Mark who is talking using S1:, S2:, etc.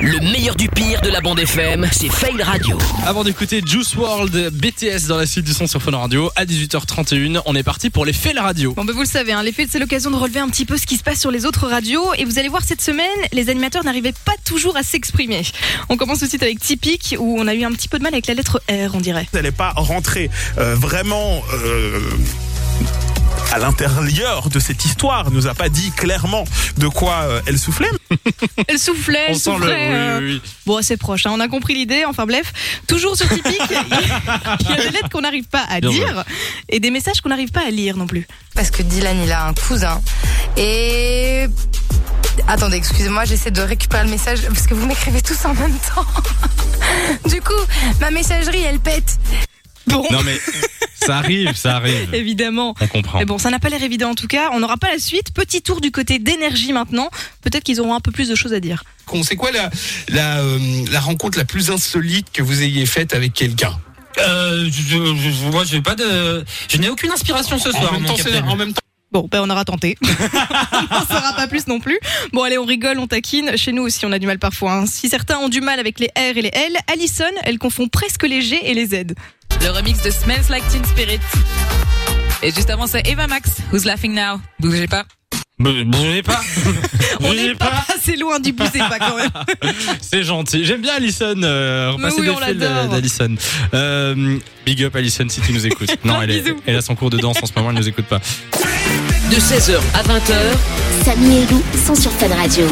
S1: Le meilleur du pire de la bande FM, c'est Fail Radio.
S2: Avant d'écouter Juice World, BTS dans la suite du son sur Fun Radio à 18h31, on est parti pour les fails radio.
S3: Bon, ben vous le savez, hein, les fêtes, c'est l'occasion de relever un petit peu ce qui se passe sur les autres radios. Et vous allez voir, cette semaine, les animateurs n'arrivaient pas toujours à s'exprimer. On commence tout de suite avec Typique, où on a eu un petit peu de mal avec la lettre R, on dirait.
S4: n'allait pas rentrer euh, vraiment euh, à l'intérieur de cette histoire, nous a pas dit clairement de quoi euh, elle soufflait.
S3: Elle soufflait, elle
S2: sent le.
S3: soufflait. euh,
S2: oui, oui, oui.
S3: Bon, c'est proche, hein, on a compris l'idée, enfin bref. Toujours sur Typique, il y a des lettres qu'on n'arrive pas à
S2: Bien joué.
S3: dire et des messages qu'on n'arrive pas à lire non plus.
S5: parce que Dylan il a un cousin et attendez excusez-moi j'essaie de récupérer le message parce que vous m'écrivez tous en même temps du coup ma messagerie elle pète
S3: Bon,
S2: Non mais ça arrive, ça arrive.
S3: évidemment.
S2: On comprend.
S3: Mais bon, ça n'a pas l'air évident en tout cas. On n'aura pas la suite. Petit tour du côté d'énergie maintenant. Peut-être qu'ils auront un peu plus de choses à dire.
S6: Con, C'est quoi la, la, euh, la rencontre la plus insolite que vous ayez faite avec quelqu'un
S7: Euh, je, je- je- moi, j'ai pas de, je n'ai aucune inspiration ce soir.
S6: en, même
S7: mon
S6: temps, c'est-
S7: capitaine.
S6: en même temps,
S3: Bon, ben on aura tenté. on n'en saura pas plus non plus. Bon, allez, on rigole, on taquine. Chez nous aussi, on a du mal parfois. hein. Si certains ont du mal avec les R et les L, Allison, elle confond presque les G et les Z.
S8: le remix de Smells Like Teen Spirit. Et juste avant, c'est Eva Max, Who's Laughing Now. Bougez pas.
S2: Mais Bougez pas.
S3: On
S2: Bougez
S3: n'est pas assez loin du bout, c'est pas quand même.
S2: C'est gentil. J'aime bien Alison. Euh,
S3: Mais
S2: repasser
S3: oui,
S2: des
S3: on
S2: fails
S3: l'adore.
S2: euh, d'Alison. Euh, big up Alison si tu nous écoutes. non, elle, est-
S3: Bisous.
S2: elle a son cours de danse en ce moment, elle nous écoute pas.
S1: De 16h à 20h,
S9: Samy et Lou sont sur Fun Radio.